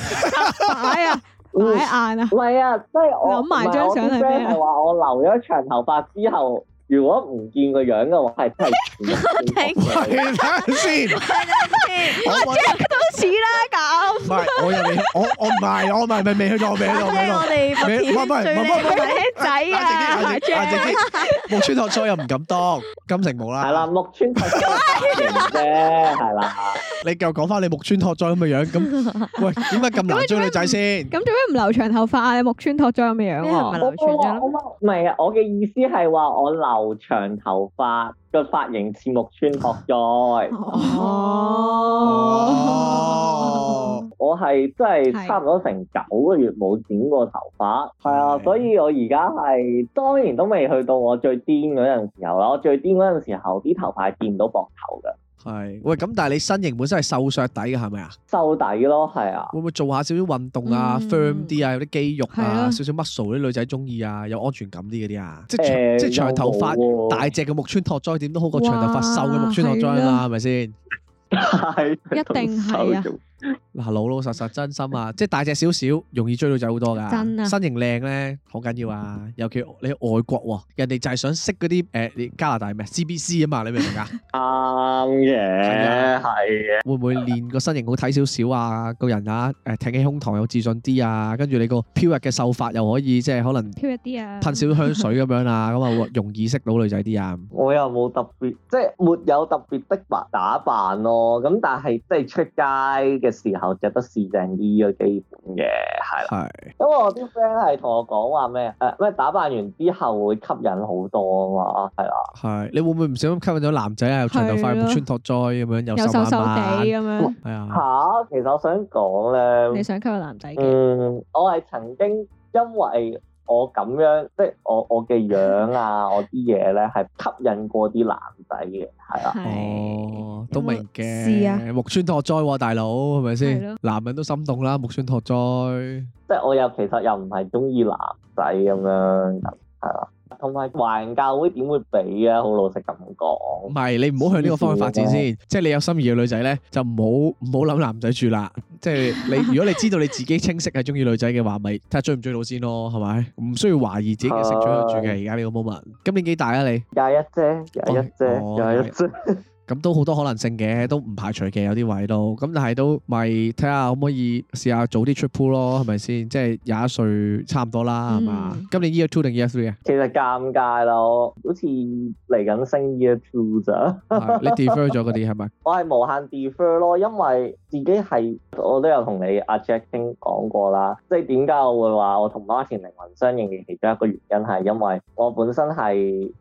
擺啊，嗯擺硬啊，唔係啊，即係我諗埋張相係係咩啊係話我留咗長頭髮之後，如果唔見個樣嘅話，係真係似木 村拓你哉。睇下先，我搵都似啦咁。唔係，我又未，我我唔係，我唔係未未去到，未去到，即未去係到我。哋唔係目唔前係唔係唔係最唔係靚嘅仔眼直啊！啲，眼直啲，眼直啲。木村拓哉又唔敢當，金城武啦。係啦，，木村拓哉型啫，係啦。你繼續講翻你木村拓哉咁嘅樣，咁喂點解咁難追女仔先？咁做咩唔留長頭髮啊？你木村拓哉咁嘅樣你係咪喎，哦我啊流傳咗我咯？我唔係啊，我嘅意思係話我留長頭髮，個髮型似木村拓哉。哦，我係真係係差唔多成九個月冇剪過頭髮，係啊，係所以我而家係當然都未去到我最癲嗰陣時候啦。我最癲嗰陣時候啲頭髮係見唔到膊頭嘅，係喂，咁但係你身形本身係瘦削底嘅係咪啊？瘦底咯，係啊，會唔會做下少少運動啊嗯，firm 啲啊，有啲肌肉係啊，啊少少 muscle 啲女仔中意啊，有安全感啲嗰啲啊？即係誒長即係長頭髮又冇喎大隻嘅木村拓哉點都好過長頭髮哇瘦嘅木村拓哉啦，係咪先？係一定係啊瘦咗嗱，老老實實真心 啊，即係大隻少少，容易追女仔好多噶。真啊嗯身形靚咧，好緊要啊！尤其你去外國喎，人哋就係想識嗰啲誒，你加拿大咩 CBC 啊嘛，你明唔 明啊？啱係嘅，啊係嘅，會唔會練個身形好睇少少啊？個人啊，誒挺起胸膛有自信啲啊，跟住你個飄逸嘅秀髮又可以即係可能飄一啲啊，噴少少香水咁樣啊， 咁啊容易識到女仔啲啊。我又冇特別，即係沒有特別的白打扮咯。咁但係即係出街嘅時候着得四正衣嘅基本嘅，係啦。係因為我啲 friend 係同我講話咩誒咩打扮完之後會吸引好多啊嘛，係啦，係，你會唔會唔小心吸引咗男仔啊？又長頭髮，係又咯木村拓哉咁樣，又又瘦瘦蜢瘦蜢，地咁樣，係嚇、啊，其實我想講你咧，想溝個男仔嘅，嗯，我係曾經因為我咁樣，即係我我嘅樣啊，我啲嘢咧係吸引過啲男仔嘅，係啊，係哦，都明嘅。試啊木村拓哉喎，大佬係咪係先咯？男人都心動啦，木村拓哉。即係我又其實又唔係中意男仔咁樣，係啦，同埋華人教會點會俾啊？好老實咁唔講，係，你唔好向呢個方向發展先。即係你有心儀嘅女仔咧，就唔好唔好諗男仔住啦。即係你，如果你知道你自己清晰係中意女仔嘅話，咪睇下追唔追到先咯，係咪？唔需要懷疑自己嘅性取向住嘅。而家呢個 moment，今年幾大啊你？廿一啫，廿一哦啫，廿一啫。咁都好多可能性嘅，都唔排除嘅，有啲位都咁，但係都咪睇下可唔可以試下早啲出 pool 咯，係咪先？即係廿一歲差唔多啦，係嘛、嗯今年 year two 定 year three 啊？其實尷尬啦，我好似嚟緊升 year two 咋， 係你 defer 咗嗰啲係咪？我係無限 defer 咯，因為自己係我都有同你阿 Jack 傾講過啦，即係點解我會話我同 Martin 靈魂相應嘅其中一個原因係因為我本身係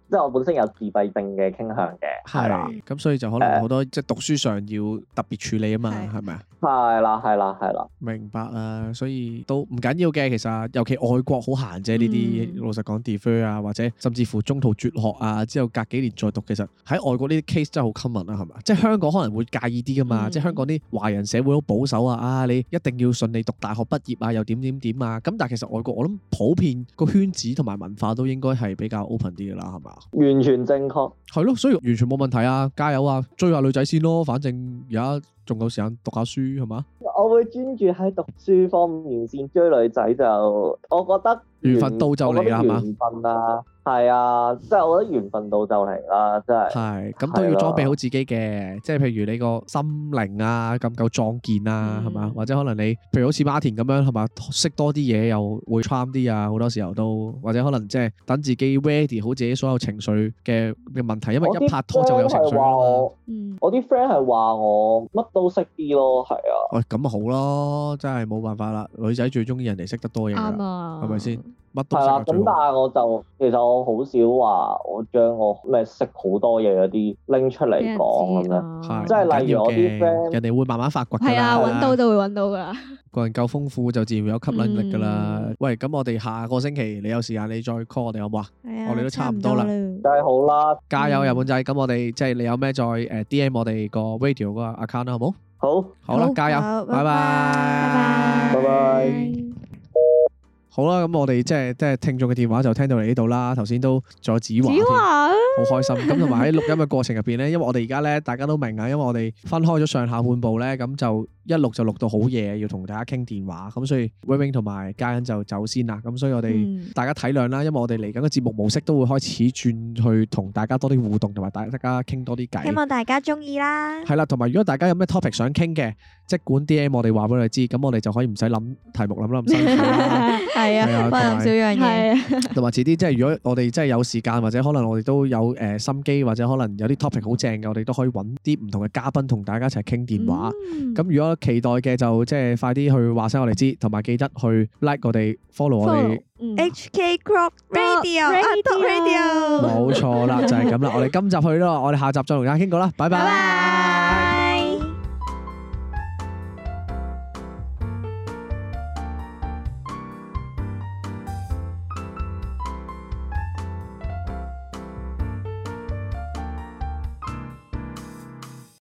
即係我本身有自閉症嘅傾向嘅，係啦，係咁，所以就可能好多即係讀書上要特別處理啊嘛，係咪啊？係啦，係啦，係啦。明白啦，所以都唔緊要嘅。其實尤其外國好閒啫，呢啲、老實講 defer 啊，或者甚至乎中途輟學啊，之後隔幾年再讀，其實喺外國呢啲 case 真係好 common 啊啦，係咪？即係香港可能會介意啲噶嘛，即係香港啲華人社會好保守啊，啊你一定要順利讀大學畢業啊，又點點點啊。咁但係其實外國我諗普遍個圈子同埋文化都應該係比較 open 啲噶啦，係嘛？完全正確，係咯，所以完全冇問題啊，加油啊，追下女仔先咯，反正而家仲有時間讀下書係嘛？我會專注喺讀書方面先追女仔就，我覺得緣分到就嚟啦係我覺嘛得緣分啊，係啊，即係我覺得緣分到就嚟啦，真係。係，咁都要係咯裝備好自己嘅，即係譬如你個心靈啊，咁夠壯健嗯啊，係嘛、或者可能你譬如好似 Martin 咁樣，係嘛，識多啲嘢又會 charm 啲啊，好多時候都，或者可能即係等自己 ready 好自己所有情緒嘅嘅問題，因哦為一拍拖就有情緒啦嘛。我啲 friend 係話我乜都識啲咯，係啊。喂，咁咪好咯，真係冇辦法啦。女仔最中意人哋識得多嘢㗎啱啦，啊，係咪先？乜都係識啦，係最咁但好。係我就其實我好少話我將我咩識好多嘢嗰啲拎出嚟講咁啊樣，係即係例如唔緊要我啲嘅 friend 人哋會慢慢發掘㗎啦。係啊，揾到就會揾到噶啦。個人夠豐富就自然會有吸引力㗎啦。喂，咁我哋下個星期你有時間你再 call 我哋好唔好啊？我哋都差唔多啦，嗯梗係好啦，加油日本仔！咁我哋即係你有咩再誒 D M 我哋個 radio 嗰個 account 啦，好冇？好，好啦，加好油，拜拜。拜拜。好啦，咁我哋即係即係聽眾嘅電話就聽到嚟呢度啦。頭先都仲有子華添，子華啊好開心。咁同埋喺錄音嘅過程入邊咧，因為我哋而家咧大家都明啊，因為我哋分開咗上下半部咧，咁就一錄就錄到好夜，要同大家傾電話。咁所以 Wing Wing 同埋嘉欣就走先啦。咁所以我啊嗯哋大家體諒啦，因為我哋嚟緊嘅節目模式都會開始轉去同大家多啲互動，同埋大家傾多啲偈。希望大家中意啦。係啦，同埋如果大家有咩 topic 想傾嘅，即管 D M 我哋話俾我哋知，咁我哋就可以唔使諗題目諗得咁辛苦 啦。係係啊啊，同幫人埋少樣嘢。同埋遲啲即係如果我哋真係有時間，或者可能我哋都有誒、呃心機，或者可能有啲 topic 好正嘅，我哋都可以揾啲唔同嘅嘉賓同大家一齊傾電話。嗯嗯咁、如果期待嘅就即係快啲去話聲我哋知，同埋記得去 like 我哋 follow 我哋。嗯 HK Crop Radio Up Radio。冇錯啦，就係咁啦。我哋今集去咯，我哋下集再同大家傾過啦，拜拜。